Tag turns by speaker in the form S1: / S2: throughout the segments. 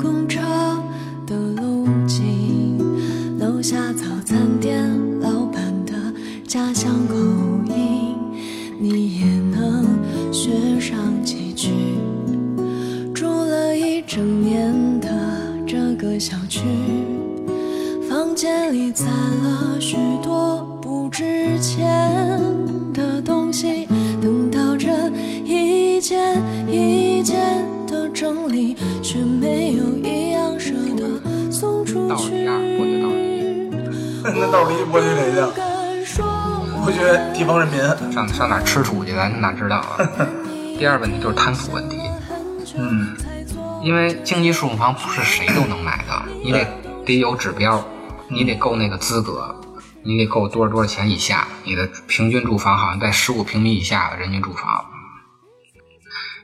S1: 公车的路径，楼下早餐店老板的家乡口音，你也能学上几句。住了一整年的这个小区，房间里攒了许多不值钱的东西，等到这一件一件的整理，却没有一样舍得送出
S2: 道
S1: 去
S2: 理啊。我觉得 道
S3: 那道理我是谁的？
S1: 敢说
S3: 我觉得地方人民，
S2: 上上哪儿吃土去？咱哪知道啊？第二问题就是贪腐问题，
S1: 很久
S3: 嗯
S1: 才做
S2: 因为经济适用房不是谁都能买的，
S3: 嗯
S2: 你得得有指标，你得够那个资格，你得够多少多少钱以下，你的平均住房好像在十五平米以下的人均住房，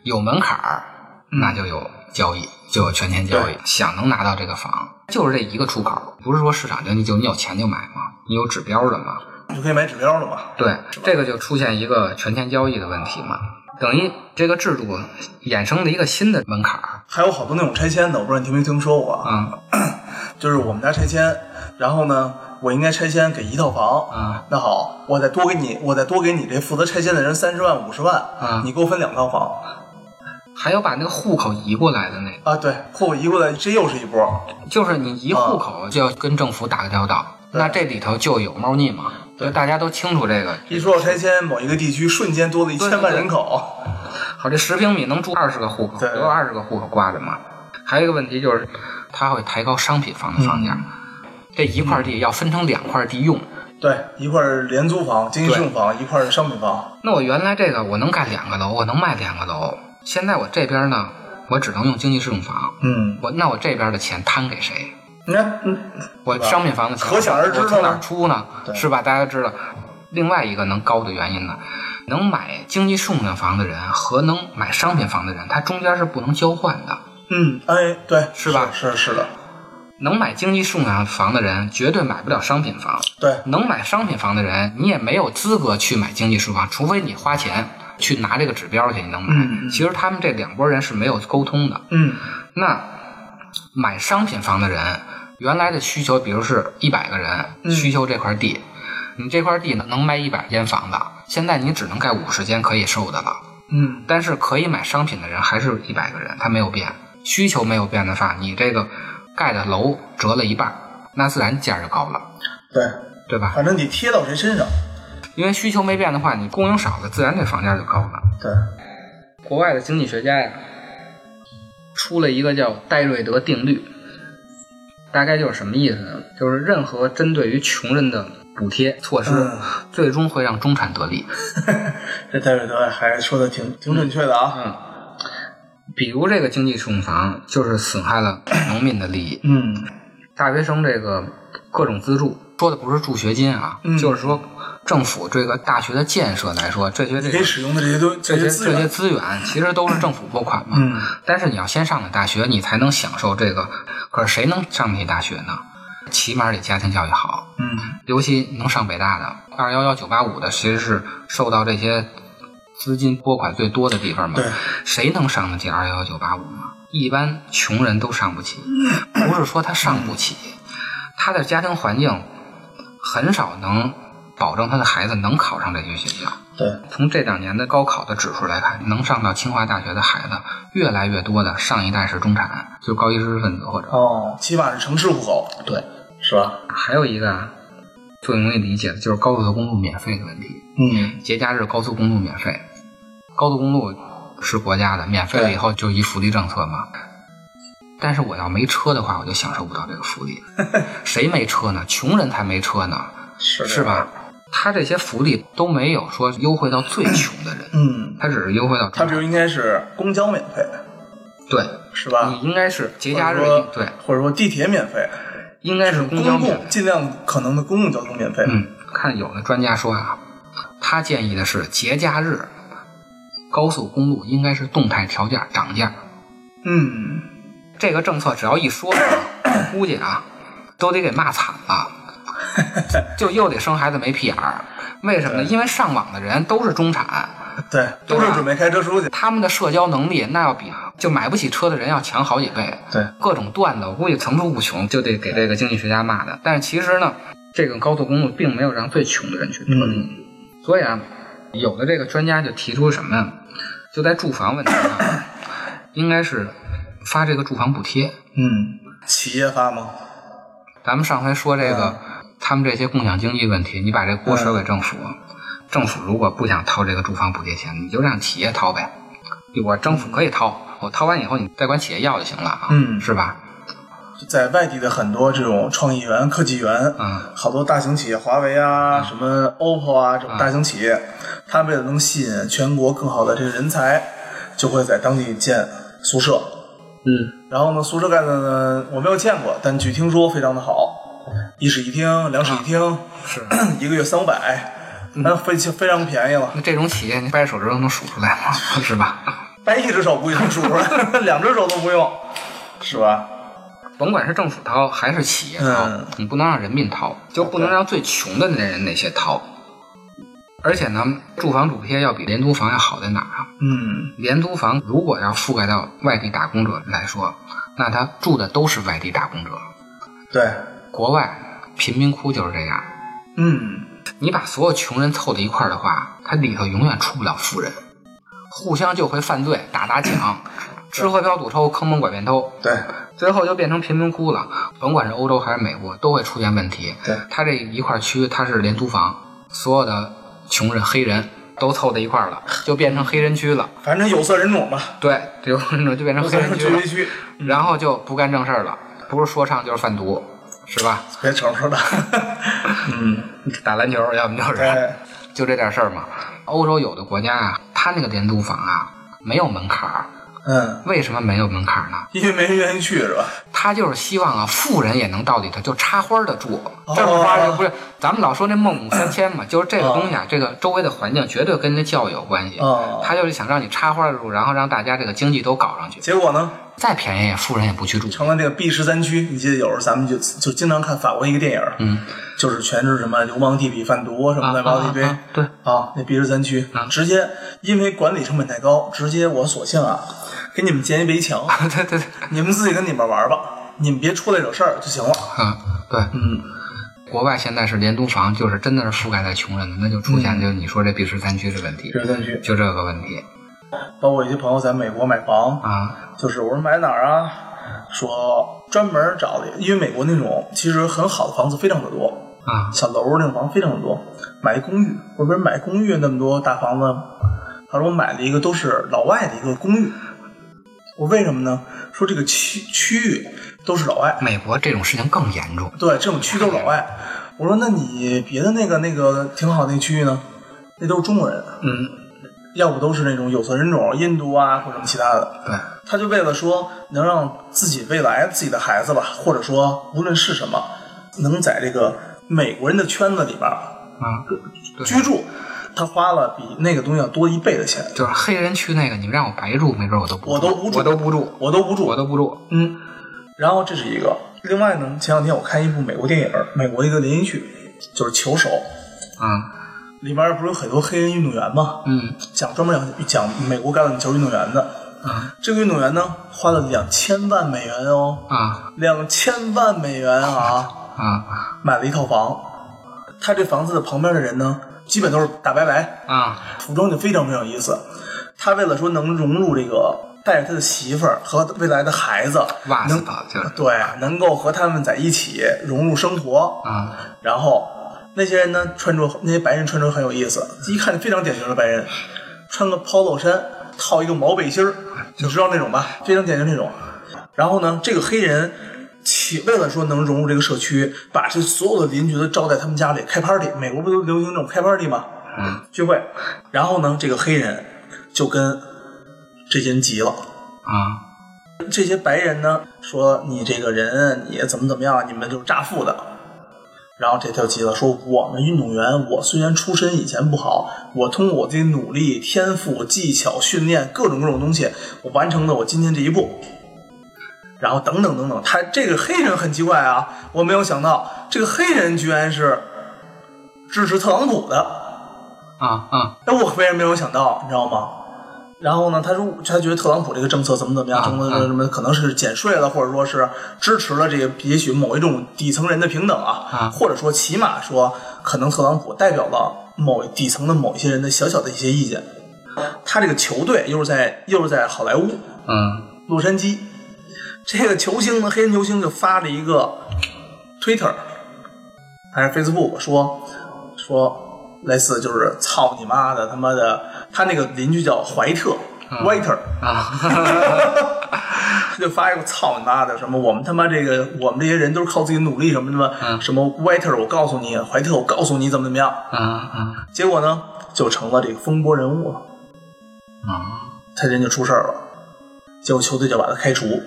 S2: 有门槛儿，那就有交易，就有权钱交易
S3: 嗯对。
S2: 想能拿到这个房，就是这一个出口，不是说市场经济就你有钱就买吗？你有指标的吗？
S3: 就可以买指标了嘛？
S2: 对，这个就出现一个权钱交易的问题嘛，等于这个制度衍生了一个新的门槛儿
S3: 还有好多那种拆迁的，我不知道你听没听说过啊？
S2: 啊
S3: 就是我们家拆迁，然后呢，我应该拆迁给一套房，
S2: 啊
S3: 那好，我再多给你，我再多给你这负责拆迁的人三十万、五十万，
S2: 啊
S3: 你给我分两套房
S2: 还有把那个户口移过来的那个，
S3: 啊！对，户口移过来，这又是一波。
S2: 就是你移户口就要跟政府打个交道，
S3: 对
S2: 那这里头就有猫腻嘛，
S3: 对
S2: 就大家都清楚这个。
S3: 一说要拆迁，某一个地区瞬间多了一千万人口，
S2: 好，这十平米能住二十个户口，
S3: 对
S2: 有二十个户口挂着嘛。还有一个问题就是，它会抬高商品房的房
S3: 嗯
S2: 价，这一块地要分成两块地用。
S3: 对，一块儿廉租房、经济适用房，一块儿商品房，
S2: 那我原来这个我能盖两个楼，我能卖两个楼，现在我这边呢，我只能用经济适用房，
S3: 嗯，
S2: 我那我这边的钱摊给谁？
S3: 你看，嗯
S2: 我商品房的钱，
S3: 可想而知
S2: 我
S3: 了
S2: 从哪儿出呢
S3: 对？
S2: 是吧？大家知道，另外一个能高的原因呢，能买经济适用房的人和能买商品房的人，他中间是不能交换的。
S3: 嗯，哎，对，
S2: 是吧
S3: 是是的，
S2: 能买经济适用房的人绝对买不了商品房，
S3: 对，
S2: 能买商品房的人，你也没有资格去买经济适用房，除非你花钱去拿这个指标去，你能
S3: 嗯
S2: 买。
S3: 嗯
S2: 其实他们这两拨人是没有沟通的。
S3: 嗯，
S2: 那买商品房的人，原来的需求，比如是一百个人、
S3: 嗯
S2: 需求这块地，你这块地呢能卖一百间房子，现在你只能盖五十间可以售的了。
S3: 嗯，
S2: 但是可以买商品的人还是一百个人，他没有变，需求没有变的话，你这个盖的楼折了一半，那自然价就高了，
S3: 对，
S2: 对吧？
S3: 反正得贴到谁身上，
S2: 因为需求没变的话，你供应少了，自然这房价就高了。
S3: 对，
S2: 国外的经济学家呀，出了一个叫戴瑞德定律，大概就是什么意思呢？就是任何针对于穷人的补贴措施，
S3: 嗯
S2: 最终会让中产得利。
S3: 这戴瑞德还说的挺挺准确的啊，
S2: 嗯，比如这个经济适用房，就是损 害了农民的利益。
S3: 嗯，
S2: 大学生这个各种资助，说的不是助学金啊，
S3: 嗯
S2: 就是说政府对这个大学的建设来说，这些
S3: 你
S2: 这
S3: 可
S2: 些
S3: 以使用的这些东
S2: 这
S3: 些
S2: 些
S3: 资
S2: 这些
S3: 源，
S2: 资源，其实都是政府拨款嘛。
S3: 嗯，
S2: 但是你要先上了大学，你才能享受这个。可是谁能上得起大学呢？起码得家庭教育好，
S3: 嗯，
S2: 尤其能上北大的二幺幺九八五的，其实是受到这些资金拨款最多的地方嘛
S3: 对。
S2: 谁能上得起二幺幺九八五呢？一般穷人都上不起，不是说他上不起，他的家庭环境很少能保证他的孩子能考上这些学校。
S3: 对，
S2: 从这两年的高考的指数来看，能上到清华大学的孩子越来越多的上一代是中产，就高级知识分子或者
S3: 哦，起码是城市户口，
S2: 对。
S3: 是吧？
S2: 还有一个啊最容易理解的就是高速公路免费的问题，
S3: 嗯，
S2: 节假日高速公路免费，高速公路是国家的，免费了以后就一福利政策嘛。但是我要没车的话，我就享受不到这个 福利。谁没车呢？穷人才没车呢，
S3: 是
S2: 是？吧？他这些福利都没有说优惠到最穷的人，
S3: 嗯，
S2: 他只是优惠到
S3: 他
S2: 中
S3: 比如
S2: 产。
S3: 应该是公交免费，
S2: 对，
S3: 是吧
S2: 你？应该是节假
S3: 啊
S2: 日
S3: 或者说
S2: 对，
S3: 或者说地铁免费，
S2: 应该是
S3: 公
S2: 公交免
S3: 共
S2: 费。
S3: 尽量可能的公共交通免费。
S2: 嗯，看有的专家说啊，他建议的是节假日高速公路应该是动态调价涨价。嗯，这个政策只要 一说，估计啊，都得给骂惨 了，就又得生孩子没屁眼儿。为什么呢？因为上网的人都是中产，
S4: 对，都
S2: 啊
S4: 是准备开车出去。
S2: 他们的社交能力那要比就买不起车的人要强好几倍。
S4: 对，
S2: 各种段子，我估计层出不穷，就得给这个经济学家骂的。但是其实呢，这个高速公路并没有让最穷的人去得利，所以啊，有的这个专家就提出什么呀？就在住房问题上，应该是发这个住房补贴。
S4: 嗯，企业发吗？
S2: 咱们上回说这个，
S4: 嗯
S2: 他们这些共享经济问题，你把这锅甩给政府，政府如果不想掏这个住房补贴钱，你就让企业掏呗。我政府可以掏，我掏完以后你再管企业要就行了啊，
S4: 嗯
S2: 是吧？
S4: 在外地的很多这种创意园、科技园，
S2: 嗯
S4: 好多大型企业，华为啊、什么 OPPO 啊这种大型企业，他们为了能吸引全国更好的这个人才，就会在当地建宿舍。
S2: 嗯，
S4: 然后呢，宿舍盖的呢，我没有见过，但据听说非常的好，一室一厅、两室一厅，
S2: 是。
S4: 一个月三五百，那非非常便宜了。
S2: 那这种企业，你掰着手指头都能数出来吗？ 是吧？
S4: 掰一只手估计能数出来，两只手都不用，是吧？
S2: 甭管是政府掏还是企业掏，
S4: 嗯
S2: 你不能让人民掏，就不能让最穷的那人那些掏。而且呢，住房补贴要比廉租房要好在哪儿啊？
S4: 嗯，
S2: 廉租房如果要覆盖到外地打工者来说，那他住的都是外地打工者。
S4: 对，
S2: 国外贫民窟就是这样，
S4: 嗯，
S2: 你把所有穷人凑到一块儿的话，它里头永远出不了富人，互相就会犯罪、打砸抢、吃喝嫖赌抽、坑蒙拐骗偷，
S4: 对，
S2: 最后就变成贫民窟了。甭管是欧洲还是美国，都会出现问题。
S4: 对
S2: 它这一块区它是廉租房，所有的穷人、黑人都凑到一块儿了，就变成黑人区了。
S4: 反正有色人种吧，
S2: 对，流亡者就变成
S4: 有
S2: 黑
S4: 色
S2: 人
S4: 人
S2: 区
S4: 聚
S2: 了
S4: 集，区，
S2: 然后就不干正事儿了，不是说唱就是贩毒，是吧？
S4: 别扯 说的，嗯，
S2: 打篮球，要么就是
S4: 对，
S2: 就这点事儿嘛。欧洲有的国家啊，它那个廉租房啊没有门槛儿，
S4: 嗯，
S2: 为什么没有门槛儿呢？
S4: 因为没人愿意去是吧？
S2: 他就是希望啊，富人也能到里头，就插花的住，
S4: 哦
S2: 这么花就不是咱们老说那孟母三迁嘛，就是这个东西啊，这个周围的环境绝对跟这教育有关系
S4: 哦。
S2: 他就是想让你插花的住，然后让大家这个经济都搞上去，
S4: 结果呢，
S2: 再便宜富人也不去住。
S4: 成了这个 B 十三区。你记得有时候咱们就就经常看法国一个电影，
S2: 嗯，
S4: 就是全是什么流氓地痞贩毒什么乱七八糟一堆。
S2: 啊对，
S4: 啊，那 B 十三区直接因为管理成本太高，直接我索性啊，给你们建一围墙，
S2: 啊对对对，
S4: 你们自己跟里面玩吧，你们别出来惹事儿就行了。
S2: 嗯，对，
S4: 嗯，
S2: 国外现在是廉租房，就是真的是覆盖在穷人的，那就出现就是你说这 B 十三区的问题，
S4: B 十三区，
S2: 就这个问题
S4: 包括一些朋友在美国买房，
S2: 啊，
S4: 就是我说买哪儿啊，说专门找的，因为美国那种其实很好的房子非常的多，
S2: 啊，
S4: 小楼那种房非常的多，买一公寓，我说买公寓那么多大房子，他说我买了一个都是老外的一个公寓，我为什么呢？说这个区区域都是老外，
S2: 美国这种事情更严重，
S4: 对，这种区都是老外。我说那你别的那个那个挺好那个区域呢，那都是中国人，
S2: 嗯，
S4: 要不都是那种有色人种，印度啊或者什么其他的。
S2: 对，
S4: 他就为了说能让自己未来自己的孩子吧，或者说无论是什么，能在这个美国人的圈子里边儿
S2: 啊，对
S4: 居住，他花了比那个东西要多一倍的钱，
S2: 就是黑人区那个，你们让我白住，没准我都不
S4: 我都不住
S2: 我都不住，
S4: 我都不住
S2: 我，都不住，
S4: 嗯，然后这是一个。另外呢，前两天我看一部美国电影，美国一个连续剧，就是《球手》，
S2: 啊，
S4: 里边儿不是有很多黑人运动员吗？
S2: 嗯，
S4: 讲专门讲讲美国橄榄球运动员的。
S2: 啊
S4: 这个运动员呢，花了两千万美元哦，
S2: 啊
S4: 两千万美元啊，
S2: 啊
S4: 买了一套房。他这房子的旁边的人呢，基本都是大白白，
S2: 啊，
S4: 服装就非常非常有意思。他为了说能融入这个，带着他的媳妇儿和未来的孩子，
S2: 袜子
S4: 能
S2: 吧，就是
S4: 对能够和他们在一起融入生活，
S2: 啊，
S4: 然后那些人呢，穿着那些白人穿着很有意思，一看就非常典型的白人，穿个 polo 衫，套一个毛背心儿，你知道那种吧？非常典型那种。然后呢，这个黑人起为了说能融入这个社区，把这所有的邻居都招待他们家里开 party，美国不都流行那种开 party 吗？
S2: 嗯，
S4: 聚会。然后呢，这个黑人就跟这些人急了。
S2: 啊
S4: 这些白人呢说你这个人你怎么怎么样，你们就是诈富的。然后这他就急了，说我们运动员，我虽然出身以前不好，我通过我自己努力、天赋、技巧、训练各种各种东西，我完成了我今天这一步。然后等等等等，他这个黑人很奇怪啊，我没有想到这个黑人居然是支持特朗普的。
S2: 啊啊
S4: 哎，我为什么没有想到，你知道吗？然后呢，他说他觉得特朗普这个政策怎么怎么样，
S2: 啊
S4: 什么什么，可能是减税了，或者说是支持了这个，也许某一种底层人的平等啊
S2: 啊，
S4: 或者说起码说，可能特朗普代表了某底层的某一些人的小小的一些意见。他这个球队又是在又是在好莱坞
S2: 嗯
S4: 洛杉矶，这个球星呢， 黑人球星就发了一个 Twitter 还是 Facebook 说说类似就是操你妈的他妈的，他那个邻居叫怀特 Waiter，、他 就发一个操你妈的什么我们他妈这个我们这些人都是靠自己努力什么什么、
S2: 嗯
S4: 什么 Waiter，我告诉你怀特，我告诉你怎么怎么样，
S2: 啊啊
S4: 结果呢就成了这个风波人物了，
S2: 啊！
S4: 他人就出事儿了，结果球队就把他开除。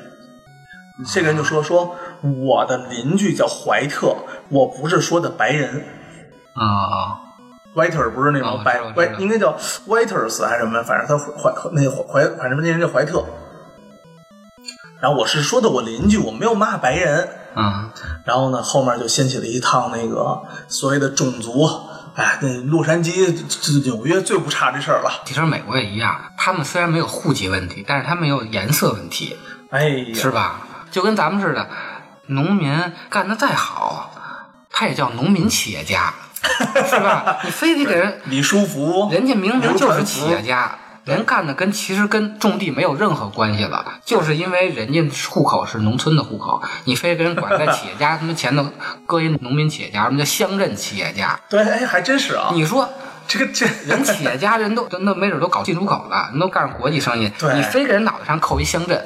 S4: 这个人就说说我的邻居叫怀特，我不是说的白人
S2: 啊
S4: ，Whiter 不是那种
S2: 哦
S4: 白
S2: 知道
S4: 白
S2: 知，道
S4: 应该叫 Whiters 还是什么，反正他怀那个怀，反正那人叫怀特。然后我是说的我邻居，我没有骂白人。
S2: 啊
S4: 然后呢，后面就掀起了一趟那个所谓的种族，哎，那洛杉矶、这这纽约最不差这事儿了。
S2: 其实美国也一样，他们虽然没有户籍问题，但是他们有颜色问题，
S4: 哎呀，
S2: 是吧？就跟咱们似的，农民干得再好，他也叫农民企业 家，是吧？你非得给人，
S4: 李书福，
S2: 人家明明
S4: 刘
S2: 就
S4: 传
S2: 是
S4: 福
S2: 企业家，人干的跟其实跟种地没有任何关系了，就是因为人家户口是农村的户口，你非给人管在企业家他妈前头搁一农民企业家，什么叫乡镇企业家？
S4: 对，哎，还真是啊。
S2: 你说
S4: 这个这
S2: 人企 业家人都人都没准都搞进出口了，人都干国际生意
S4: 对，
S2: 你非给人脑袋上扣一乡镇，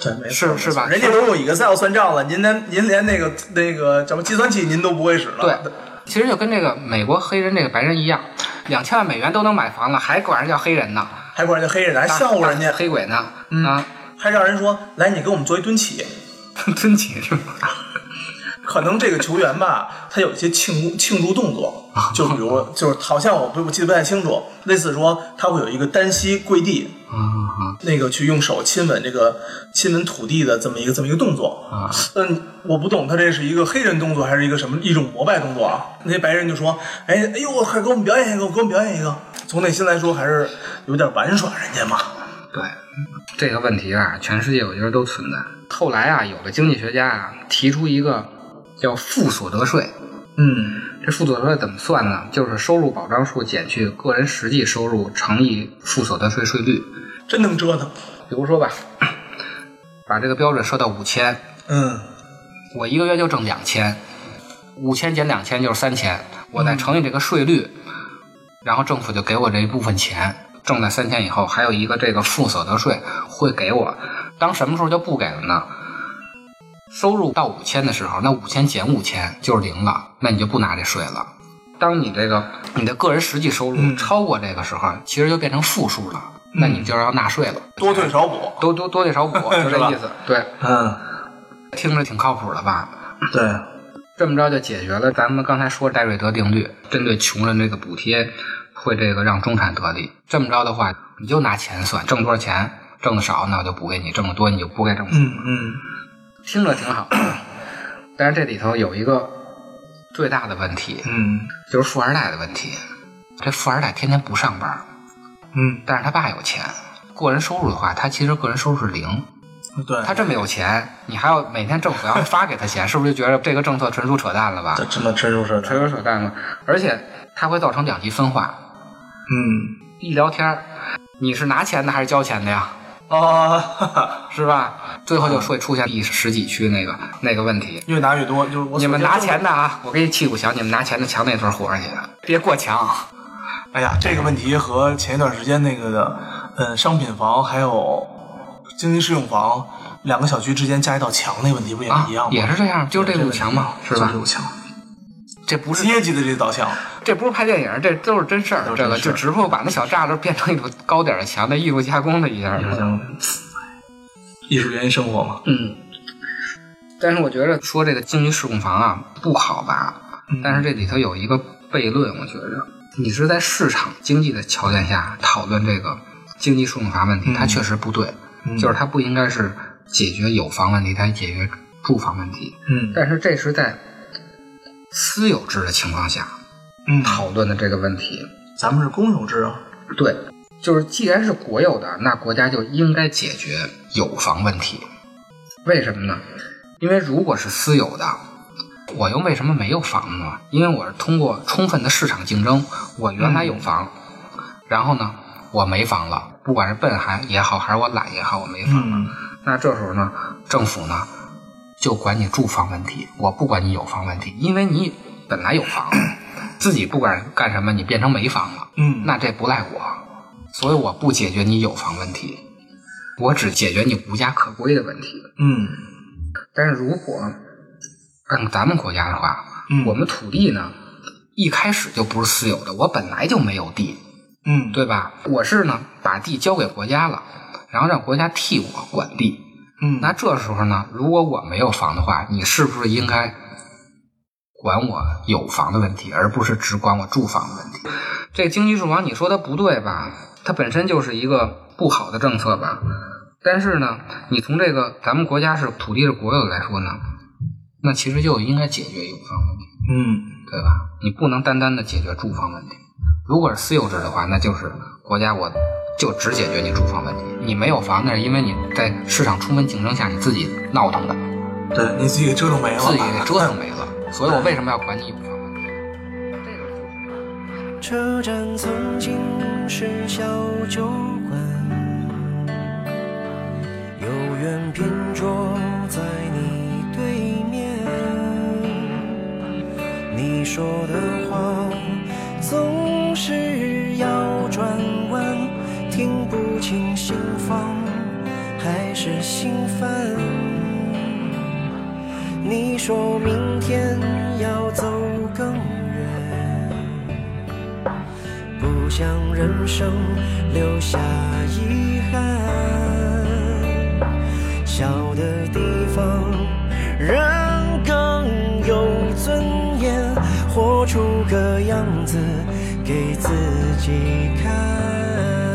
S4: 对，没
S2: 是
S4: 错
S2: 是吧
S4: 人家都用 Excel 算账了，您连您连那个那个什么计算器您都不会使了。
S2: 对，其实就跟这个美国黑人这个白人一样，两千万美元都能买房了，还管人叫黑人呢，
S4: 还管人家黑人，还
S2: 大
S4: 笑话人家，
S2: 大黑鬼呢，
S4: 嗯
S2: 啊，
S4: 还让人说来你给我们做一蹲起。
S2: 真奇是吧？
S4: 可能这个球员吧，他有一些庆祝庆祝动作，就比如就是好像我不我记得不太清楚，类似说他会有一个单膝跪地，
S2: 啊啊
S4: 那个去用手亲吻这个亲吻土地的这么一个这么一个动作。
S2: 啊！
S4: 嗯，我不懂他这是一个黑人动作还是一个什么一种膜拜动作啊？那些白人就说：“哎哎呦，快给我们表演一个，给我们表演一个。”从内心来说，还是有点玩耍人家嘛。
S2: 对这个问题啊，全世界我觉得都存在。后来啊，有个经济学家啊提出一个叫负所得税，
S4: 嗯，
S2: 这负所得税怎么算呢？就是收入保障数减去个人实际收入乘以负所得税税率。
S4: 真能折腾。
S2: 比如说吧，把这个标准设到五千，
S4: 嗯，
S2: 我一个月就挣两千，五千减两千就是三千，我
S4: 嗯
S2: 再乘以这个税率，然后政府就给我这一部分钱，挣在三千以后，还有一个这个负所得税会给我。当什么时候就不给了呢？收入到五千的时候，那五千减五千就是零了，那你就不拿这税了。当你这个你的个人实际收入
S4: 嗯
S2: 超过这个时候，其实就变成负数了，那你就要纳税了，
S4: 多退少补。
S2: 多多多得 少补，就
S4: 是
S2: 这
S4: 吧
S2: 意思。对，
S4: 嗯，
S2: 听着挺靠谱的吧？
S4: 对，嗯
S2: 这么着就解决了咱们刚才说的戴瑞德定律，针对穷人这个补贴，会这个让中产得利。这么着的话，你就拿钱算，挣多少钱，挣的少那我就补给你，挣的多你就不该挣。
S4: 嗯嗯，
S2: 听着挺好，但是这里头有一个最大的问题，
S4: 嗯
S2: 就是富二代的问题。这富二代天天不上班，
S4: 嗯，
S2: 但是他爸有钱。个人收入的话，他其实个人收入是零。
S4: 对，
S2: 他这么有钱，你还要每天政府要发给他钱，是不是就觉得这个政策纯属扯淡了吧？
S4: 这真的真就是
S2: 垂手可干了，而且它会造成两极分化。
S4: 嗯
S2: 一聊天儿，你是拿钱的还是交钱的呀？
S4: 啊，哈哈
S2: 是吧？最后
S4: 嗯
S2: 就会出现第十几区那个那个问题。
S4: 越拿越多，就是我
S2: 你们
S4: 首先
S2: 拿
S4: 挣
S2: 钱的啊，我给你砌股墙，你们拿钱的墙那头活着去，别过墙。
S4: 哎呀，这个问题和前一段时间那个的，嗯，商品房还有呃经济适用房两个小区之间加一道墙那问题不也
S2: 啊
S4: 一样吗？
S2: 也是这样就是这堵墙嘛
S4: 也
S2: 是吧
S4: 就是堵墙，
S2: 这不是
S4: 阶级的这道墙，
S2: 这不是拍电影，这都是真事儿
S4: 都。是
S2: 这
S4: 真
S2: 个
S4: 事
S2: 就
S4: 儿
S2: 只不过把那小栅栏变成一堵高点儿的墙，那艺术加工了一下。
S4: 艺术源于生活嘛。
S2: 嗯，但是我觉得说这个经济适用房啊不好吧？但是这里头有一个悖论，我觉着你是在市场经济的条件下讨论这个经济适用房问题，它确实不对，就是它不应该是解决有房问题，它解决住房问题。
S4: 嗯
S2: 但是这是在私有制的情况下
S4: 嗯，
S2: 讨论的这个问题。
S4: 咱们是公有制啊，
S2: 对，就是既然是国有的，那国家就应该解决有房问题。为什么呢？因为如果是私有的，我又为什么没有房呢？因为我是通过充分的市场竞争，我原来有房，
S4: 嗯
S2: 然后呢，我没房了，不管是笨还也好，还是我懒也好，我没房了。
S4: 嗯
S2: 那这时候呢，政府呢就管你住房问题，我不管你有房问题，因为你本来有房， 自己不管干什么，你变成没房了。
S4: 嗯，
S2: 那这不赖我，所以我不解决你有房问题，我只解决你无家可归的问题。
S4: 嗯
S2: 但是如果按咱们国家的话，
S4: 嗯
S2: 我们土地呢，一开始就不是私有的，我本来就没有地，
S4: 嗯，
S2: 对吧？我是呢把地交给国家了，然后让国家替我管地。
S4: 嗯
S2: 那这时候呢，如果我没有房的话，你是不是应该管我有房的问题，而不是只管我住房的问题？这经济住房你说它不对吧？它本身就是一个不好的政策吧？但是呢，你从这个咱们国家是土地是国有的来说呢，那其实就应该解决有房问题，
S4: 嗯
S2: 对吧？你不能单单的解决住房问题。如果是私有制的话，那就是国家我就只解决你住房问题。你没有房，那是因为你在市场充分竞争下你自己闹腾的，
S4: 对你自己给折腾没了，
S2: 自己给折腾没了。所以我为什么要管你有房问题？这个就是
S5: 车站曾经是小酒馆，有缘偏坐在你对面。你说的话总是要转弯，听不清心慌还是心烦。你说明天要走更远。不想人生留下遗憾。小的地方，人更有尊严，活出个样子给自己看。